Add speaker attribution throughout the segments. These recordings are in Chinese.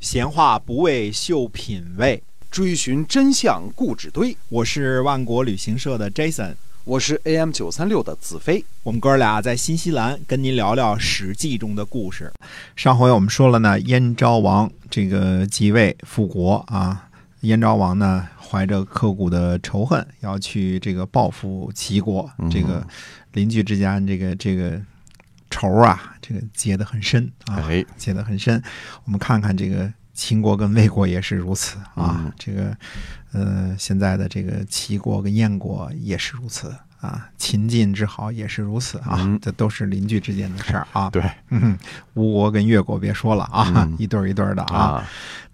Speaker 1: 闲话不为秀品味，
Speaker 2: 追寻真相故纸堆。
Speaker 1: 我是万国旅行社的 Jason，
Speaker 2: 我是 AM 九三六的子飞。
Speaker 1: 我们哥俩在新西兰跟您聊聊《史记》中的故事。上回我们说了呢，燕昭王这个即位复国啊，燕昭王呢怀着刻骨的仇恨，要去这个报复齐国，这个邻居之间这个这个仇啊，这个结得很深啊。
Speaker 2: 哎，
Speaker 1: 写得很深。我们看看这个秦国跟魏国也是如此啊，
Speaker 2: 嗯
Speaker 1: 这个呃现在的这个齐国跟燕国也是如此啊，秦晋之好也是如此啊，
Speaker 2: 嗯
Speaker 1: 这都是邻居之间的事儿啊。
Speaker 2: 对
Speaker 1: 嗯，吴国跟越国别说了啊，
Speaker 2: 嗯
Speaker 1: 一对儿一对儿的啊。，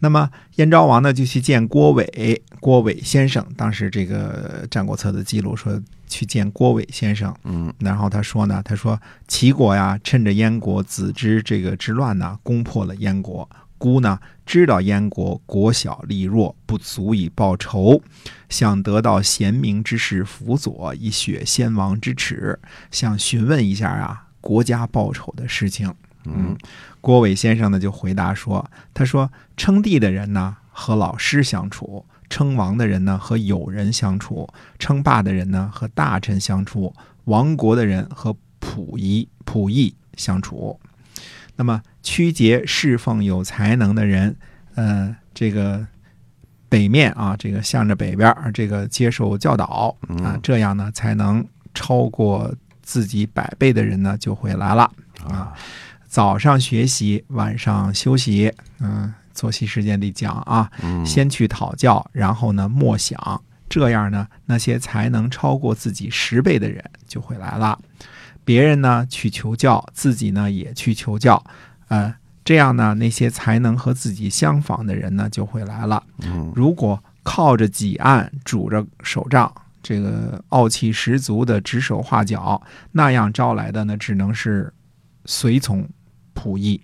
Speaker 1: 那么燕昭王呢，就去见郭伟，郭伟先生，当时这个《战国策》的记录说去见郭伟先生。
Speaker 2: 嗯
Speaker 1: 然后他说呢，他说齐国呀，趁着燕国子之这个之乱呢，攻破了燕国。孤呢知道燕国国小力弱，不足以报仇，想得到贤明之士辅佐，以雪先王之耻，想询问一下啊国家报仇的事情。
Speaker 2: 嗯
Speaker 1: 郭伟先生呢就回答说：“他说称帝的人呢和老师相处，称王的人呢和友人相处，称霸的人呢和大臣相处，亡国的人和溥仪溥仪相处。那么曲节侍奉有才能的人，呃，这个北面啊，这个向着北边儿，这个接受教导啊
Speaker 2: 嗯，
Speaker 1: 这样呢才能超过自己百倍的人呢就会来了。”
Speaker 2: 啊，
Speaker 1: 早上学习，晚上休息。嗯，作息时间里讲啊，
Speaker 2: 嗯
Speaker 1: 先去讨教，然后呢默想，这样呢，那些才能超过自己十倍的人就会来了。别人呢去求教，自己呢也去求教，呃，这样呢，那些才能和自己相仿的人呢就会来了。
Speaker 2: 嗯
Speaker 1: 如果靠着己岸，拄着手杖，这个傲气十足的指手画脚，那样招来的呢，只能是随从仆役。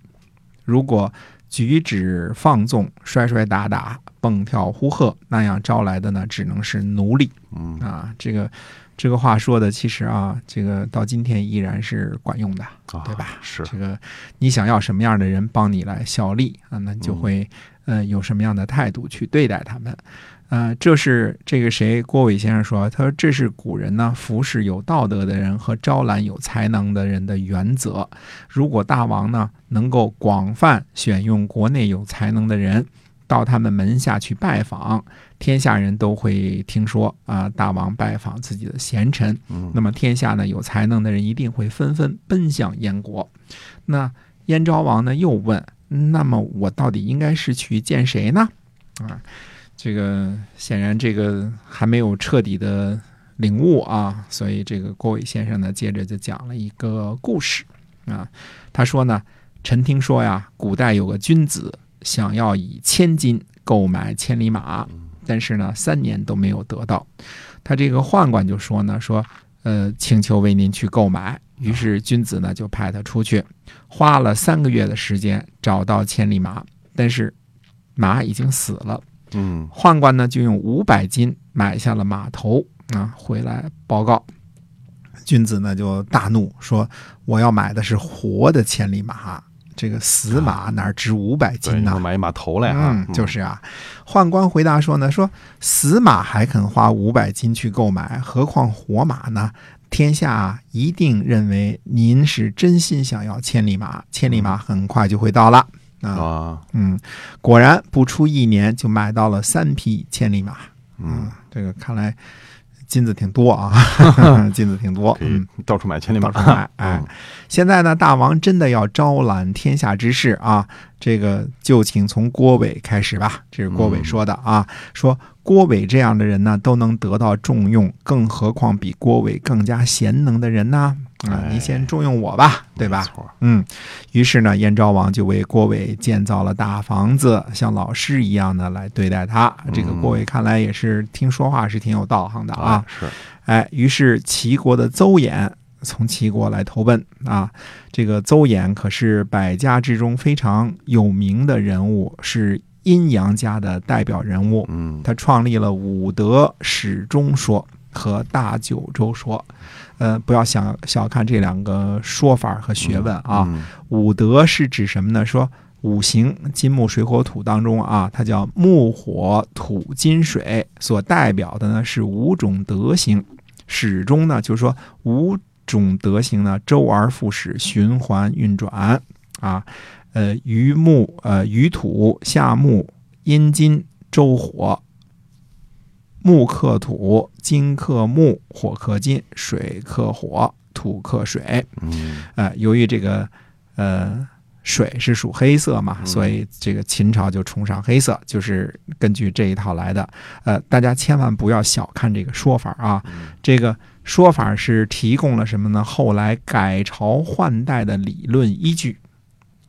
Speaker 1: 如果举止放纵、摔摔打打、蹦跳呼喝，那样招来的呢，只能是奴隶
Speaker 2: 嗯
Speaker 1: 啊。这个这个话说的，其实啊，这个到今天依然是管用的。
Speaker 2: 啊
Speaker 1: 对吧
Speaker 2: 是，
Speaker 1: 这个你想要什么样的人帮你来效力啊，那你就会呃有什么样的态度去对待他们。呃，这是这个谁郭伟先生说，他说这是古人呢服侍有道德的人和招揽有才能的人的原则。如果大王呢能够广泛选用国内有才能的人，到他们门下去拜访，天下人都会听说啊、大王拜访自己的贤臣，
Speaker 2: 嗯
Speaker 1: 那么天下呢有才能的人一定会纷纷奔向燕国。那燕昭王呢又问：那么我到底应该是去见谁呢？啊，这个显然这个还没有彻底的领悟啊，所以这个郭伟先生呢接着就讲了一个故事啊，他说呢，臣听说呀，古代有个君子想要以千金购买千里马，但是呢三年都没有得到。他这个宦官就说呢，说呃，请求为您去购买。于是君子呢就派他出去，花了三个月的时间找到千里马，但是马已经死了。
Speaker 2: 嗯
Speaker 1: 宦官呢就用五百金买下了马头啊，回来报告。君子呢就大怒，说：“我要买的是活的千里马，这个死马哪值五百
Speaker 2: 对，
Speaker 1: 金
Speaker 2: 你
Speaker 1: 呢？”
Speaker 2: 说买一码头来啊，
Speaker 1: 嗯，就是啊。宦官回答说呢，说死马还肯花五百金去购买，何况活马呢？天下啊一定认为您是真心想要千里马，千里
Speaker 2: 嗯
Speaker 1: 马很快就会到了。啊、
Speaker 2: 啊，
Speaker 1: 嗯，果然不出一年就买到了三匹千里马。
Speaker 2: 嗯，
Speaker 1: 这个看来金子挺多 啊， 金子挺多。
Speaker 2: 可
Speaker 1: 嗯
Speaker 2: 以，到处买千里马
Speaker 1: 到，处买哎
Speaker 2: 嗯，
Speaker 1: 现在呢，大王真的要招揽天下之士啊，这个就请从郭伟开始吧。这是郭伟说的啊，说郭伟这样的人呢，都能得到重用，更何况比郭伟更加贤能的人呢？啊
Speaker 2: 哎，
Speaker 1: 你先重用我吧，对吧
Speaker 2: 没？错
Speaker 1: 嗯，于是呢，燕昭王就为郭伟建造了大房子，像老师一样呢来对待他。这个
Speaker 2: 嗯
Speaker 1: 郭伟看来也是听说话是挺有道行的啊
Speaker 2: 啊，。是，
Speaker 1: 哎，于是齐国的邹衍从齐国来投奔啊。这个邹衍可是百家之中非常有名的人物，是阴阳家的代表人物。
Speaker 2: 嗯，
Speaker 1: 他创立了五德始终说和大九州说。呃，不要小小看这两个说法和学问啊。
Speaker 2: 嗯
Speaker 1: 五德是指什么呢？说五行金木水火土当中啊，它叫木火土金水，所代表的呢是五种德行，始终呢就是说五种德行呢周而复始，循环运转啊。呃，于木呃于土下木阴金周火，木克土，金克木，火克金，水克火，土克水。
Speaker 2: 嗯
Speaker 1: 呃，由于这个呃水是属黑色嘛，
Speaker 2: 嗯
Speaker 1: 所以这个秦朝就崇尚黑色，就是根据这一套来的。呃，大家千万不要小看这个说法啊，
Speaker 2: 嗯
Speaker 1: 这个说法是提供了什么呢？后来改朝换代的理论依据。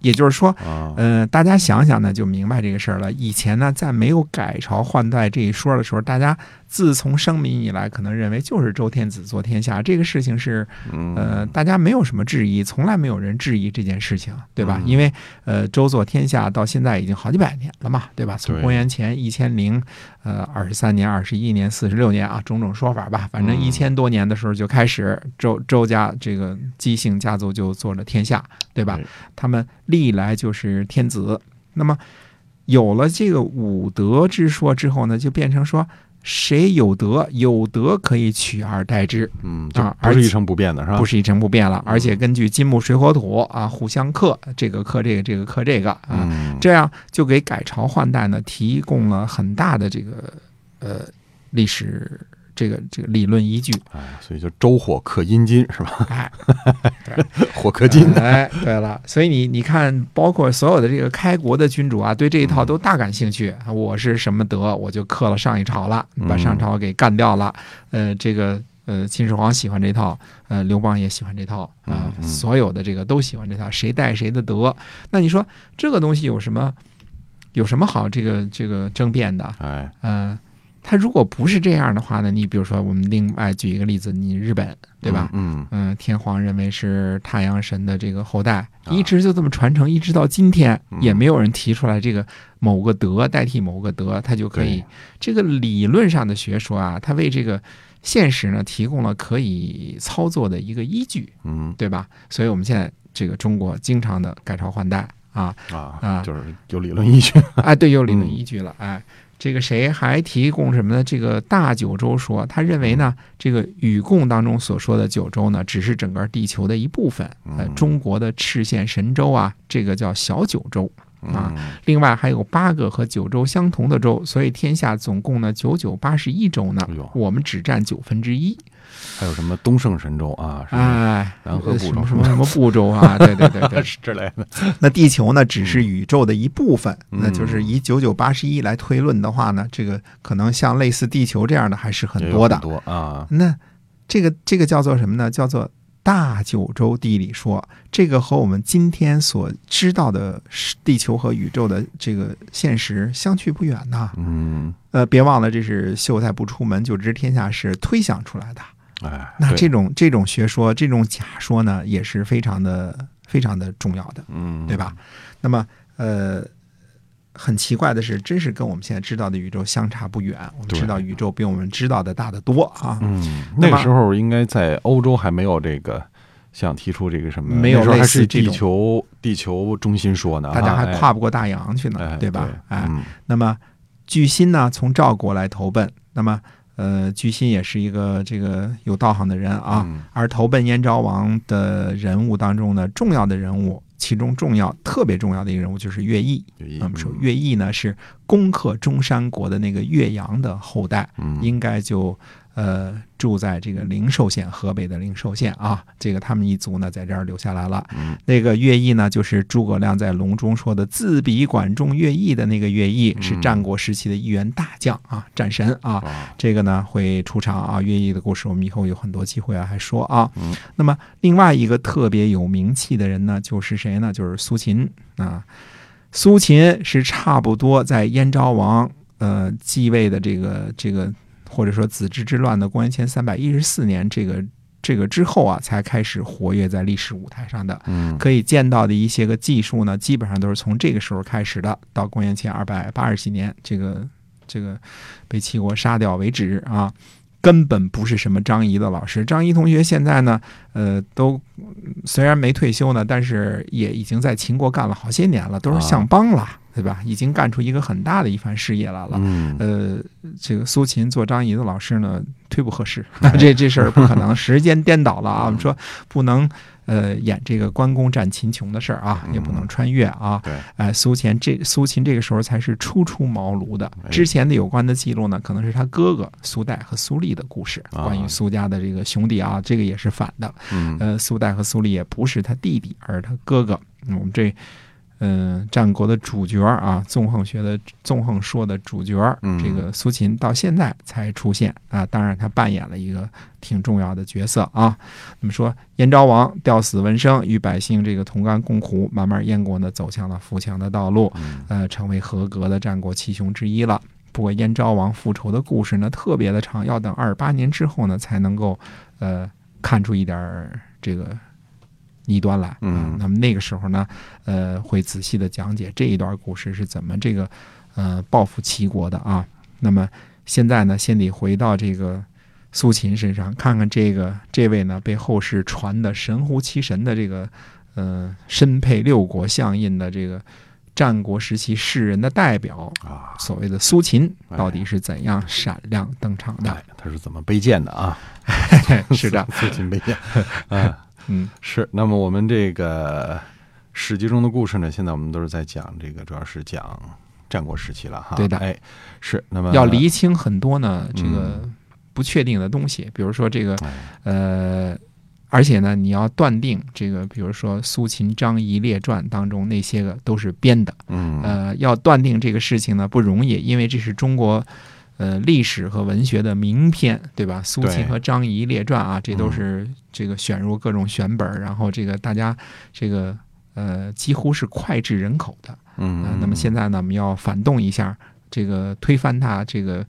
Speaker 1: 也就是说，
Speaker 2: 啊，
Speaker 1: 呃，大家想想呢，就明白这个事儿了。以前呢，在没有改朝换代这一说的时候，大家自从生民以来，可能认为就是周天子做天下，这个事情是
Speaker 2: 嗯
Speaker 1: 呃，大家没有什么质疑，从来没有人质疑这件事情，对吧？
Speaker 2: 嗯
Speaker 1: 因为呃，周作天下到现在已经好几百年了嘛，对吧？从
Speaker 2: 对
Speaker 1: 公元前一千零呃二十三年、二十一年、四十六年啊，种种说法吧，反正
Speaker 2: 嗯
Speaker 1: 一千多年的时候就开始周周家这个姬姓家族就做了天下，对吧
Speaker 2: 对？
Speaker 1: 他们历来就是天子。那么有了这个五德之说之后呢，就变成说。谁有德，有德可以取而代之。
Speaker 2: 嗯，就
Speaker 1: 啊
Speaker 2: 不
Speaker 1: 而
Speaker 2: 是一
Speaker 1: 且
Speaker 2: 成不变的是吧？
Speaker 1: 不
Speaker 2: 是，
Speaker 1: 是一成不变了，而且根据金木水火土啊，互相克，这个克这个，这个克这个啊，
Speaker 2: 嗯，
Speaker 1: 这样就给改朝换代呢提供了很大的这个呃历史这个这个理论依据。
Speaker 2: 哎，所以就周火克阴金是吧？
Speaker 1: 哎，
Speaker 2: 火克金的，
Speaker 1: 哎，对了，所以你你看，包括所有的这个开国的君主啊，对这一套都大感兴趣。我是什么德，我就克了上一朝了，
Speaker 2: 嗯
Speaker 1: 把上朝给干掉了。呃，这个呃，秦始皇喜欢这套，呃，刘邦也喜欢这套啊
Speaker 2: 嗯、嗯
Speaker 1: 所有的这个都喜欢这套，谁带谁的德。那你说这个东西有什么有什么好这个这个争辩的？
Speaker 2: 哎，
Speaker 1: 呃，他如果不是这样的话呢，你比如说我们另外举一个例子，你日本对吧？
Speaker 2: 嗯？
Speaker 1: 嗯，天皇认为是太阳神的这个后代，
Speaker 2: 啊
Speaker 1: 一直就这么传承，一直到今天，
Speaker 2: 嗯
Speaker 1: 也没有人提出来这个某个德代替某个德，它就可以
Speaker 2: 对。
Speaker 1: 这个理论上的学说啊，它为这个现实呢提供了可以操作的一个依据，
Speaker 2: 嗯
Speaker 1: 对吧？所以我们现在这个中国经常的改朝换代啊，
Speaker 2: 嗯
Speaker 1: 啊
Speaker 2: 啊，就是有理论依据，
Speaker 1: 哎，对，有理论
Speaker 2: 嗯
Speaker 1: 依据了，哎。这个谁还提供什么呢？这个大九州说，他认为
Speaker 2: 嗯
Speaker 1: 呢，这个禹贡当中所说的九州呢，只是整个地球的一部分。呃，
Speaker 2: 嗯
Speaker 1: 中国的赤县神州啊，这个叫小九州。啊
Speaker 2: 嗯
Speaker 1: 另外还有八个和九州相同的州，所以天下总共呢九九八十一州呢
Speaker 2: 哎呦，
Speaker 1: 我们只占九分之一。
Speaker 2: 还有什么东胜神州啊，什么
Speaker 1: 哎，
Speaker 2: 南河部
Speaker 1: 什么
Speaker 2: 洲
Speaker 1: 什么什么部州啊？对对对对，
Speaker 2: 之类的，
Speaker 1: 那地球呢，只是宇宙的一部分，
Speaker 2: 嗯
Speaker 1: 那就是以九九八十一来推论的话呢，这个可能像类似地球这样的还是很
Speaker 2: 也有
Speaker 1: 多的。
Speaker 2: 多啊，
Speaker 1: 那这个这个叫做什么呢？叫做大九州地理说。这个和我们今天所知道的是地球和宇宙的这个现实相去不远呐。
Speaker 2: 嗯，
Speaker 1: 呃，别忘了这是秀才不出门就知天下事推想出来的。
Speaker 2: 哎，
Speaker 1: 那
Speaker 2: 对
Speaker 1: 这种这种学说、这种假说呢，也是非常的非常的重要的。
Speaker 2: 嗯，
Speaker 1: 对吧？那么，呃，很奇怪的是，真是跟我们现在知道的宇宙相差不远。我们
Speaker 2: 对
Speaker 1: 知道宇宙比我们知道的大得多啊。
Speaker 2: 嗯，
Speaker 1: 那
Speaker 2: 那个
Speaker 1: 么
Speaker 2: 时候应该在欧洲还没有这个想提出这个什么，
Speaker 1: 没有
Speaker 2: 那时候
Speaker 1: 类
Speaker 2: 还
Speaker 1: 似
Speaker 2: 是
Speaker 1: 这
Speaker 2: 地
Speaker 1: 种
Speaker 2: 球地球中心说呢，
Speaker 1: 大家还
Speaker 2: 啊
Speaker 1: 跨不过大洋去呢，
Speaker 2: 哎哎
Speaker 1: 对吧？哎，
Speaker 2: 嗯
Speaker 1: 那么巨星呢，从赵国来投奔，那么呃，巨星也是一个这个有道行的人啊。
Speaker 2: 嗯
Speaker 1: 而投奔燕昭王的人物当中呢，重要的人物，其中重要、特别重要的一个人物就是乐毅。
Speaker 2: 有意
Speaker 1: 那么说，
Speaker 2: 嗯
Speaker 1: 乐毅呢是攻克中山国的那个岳阳的后代。
Speaker 2: 嗯
Speaker 1: 应该就呃住在这个灵寿县，河北的灵寿县啊。这个他们一族呢在这儿留下来了。
Speaker 2: 嗯
Speaker 1: 那个乐毅呢，就是诸葛亮在《隆中》说的“自比管仲乐毅”的那个乐毅，
Speaker 2: 嗯
Speaker 1: 是战国时期的一员大将啊，战神啊。
Speaker 2: 啊
Speaker 1: 这个呢会出场啊，乐毅的故事我们以后有很多机会啊还说啊。
Speaker 2: 嗯
Speaker 1: 那么另外一个特别有名气的人呢，就是谁呢？就是苏秦啊。苏秦是差不多在燕昭王呃继位的这个这个，或者说子之之乱的公元前三百一十四年这个这个之后啊，才开始活跃在历史舞台上的。
Speaker 2: 嗯
Speaker 1: 可以见到的一些个技术呢，基本上都是从这个时候开始的，到公元前二百八十几年，这个这个被齐国杀掉为止啊。根本不是什么张仪的老师。张仪同学现在呢，呃，都虽然没退休呢，但是也已经在秦国干了好些年了，都是相邦了，对吧？已经干出一个很大的一番事业来了。
Speaker 2: 嗯，
Speaker 1: 呃，这个苏秦做张仪的老师呢，忒不合 适，这这事儿不可能，时间颠倒了啊！我
Speaker 2: 嗯
Speaker 1: 们说不能呃演这个关公战秦琼的事儿啊，也不能穿越啊。
Speaker 2: 嗯对，
Speaker 1: 哎，苏秦这苏秦这个时候才是初出茅庐的，
Speaker 2: 哎
Speaker 1: 之前的有关的记录呢，可能是他哥哥苏代和苏厉的故事，
Speaker 2: 啊
Speaker 1: 关于苏家的这个兄弟啊，这个也是反的。
Speaker 2: 嗯，
Speaker 1: 呃，苏代和苏厉也不是他弟弟，而是他哥哥。嗯我们这，呃，战国的主角儿啊，纵横学的纵横说的主角儿，
Speaker 2: 嗯
Speaker 1: 这个苏秦到现在才出现啊。当然，他扮演了一个挺重要的角色啊。那么说，燕昭王吊死文生，与百姓这个同甘共苦，慢慢燕国呢走向了富强的道路。
Speaker 2: 嗯
Speaker 1: 呃，成为合格的战国七雄之一了。不过燕昭王复仇的故事呢，特别的长，要等二十八年之后呢，才能够呃看出一点儿这个倪端来。
Speaker 2: 嗯
Speaker 1: 那么那个时候呢，呃，会仔细的讲解这一段故事是怎么这个呃报复齐国的啊。那么现在呢，先得回到这个苏秦身上，看看这个这位呢被后世传的神乎其神的这个呃身配六国相印的这个战国时期士人的代表，
Speaker 2: 啊，
Speaker 1: 所谓的苏秦
Speaker 2: 哎
Speaker 1: 到底是怎样闪亮登场的？
Speaker 2: 哎，他是怎么卑贱的啊？
Speaker 1: 是 的，
Speaker 2: 父亲卑 贱，嗯，
Speaker 1: 嗯，
Speaker 2: 是。那么我们这个史记中的故事呢，现在我们都是在讲这个，主要是讲战国时期了哈。
Speaker 1: 对的
Speaker 2: 哎，是。那么
Speaker 1: 要厘清很多呢这个
Speaker 2: 嗯
Speaker 1: 不确定的东西，比如说这个
Speaker 2: 哎
Speaker 1: 呃，而且呢，你要断定这个，比如说苏秦、张仪列传当中那些个都是编的。
Speaker 2: 嗯
Speaker 1: 呃，要断定这个事情呢不容易，因为这是中国呃历史和文学的名篇，对吧？苏
Speaker 2: 对嗯
Speaker 1: 秦和张仪列传啊，这都是这个选入各种选本儿，然后这个大家这个呃几乎是脍炙人口的。
Speaker 2: 嗯、
Speaker 1: 啊，那么现在呢，我们要反动一下，这个推翻它，这个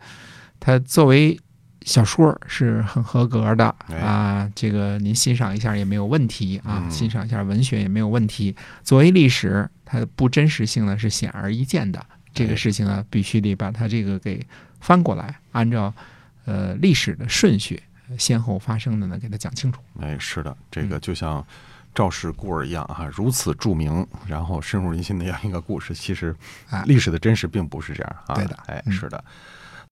Speaker 1: 它作为小说儿是很合格的
Speaker 2: 哎
Speaker 1: 啊，这个您欣赏一下也没有问题啊，
Speaker 2: 嗯
Speaker 1: 欣赏一下文学也没有问题。作为历史，它的不真实性呢是显而易见的，这
Speaker 2: 哎
Speaker 1: 个事情呢必须得把它这个给翻过来，按照呃历史的顺序。呃先后发生的呢，给它讲清楚。
Speaker 2: 哎，是的，这
Speaker 1: 嗯
Speaker 2: 个就像赵氏孤儿一样啊，如此著名，然后深入人心的这样一个故事，其实
Speaker 1: 哎
Speaker 2: 历史的真实并不是这样啊。
Speaker 1: 对的
Speaker 2: 哎，
Speaker 1: 嗯
Speaker 2: 是的。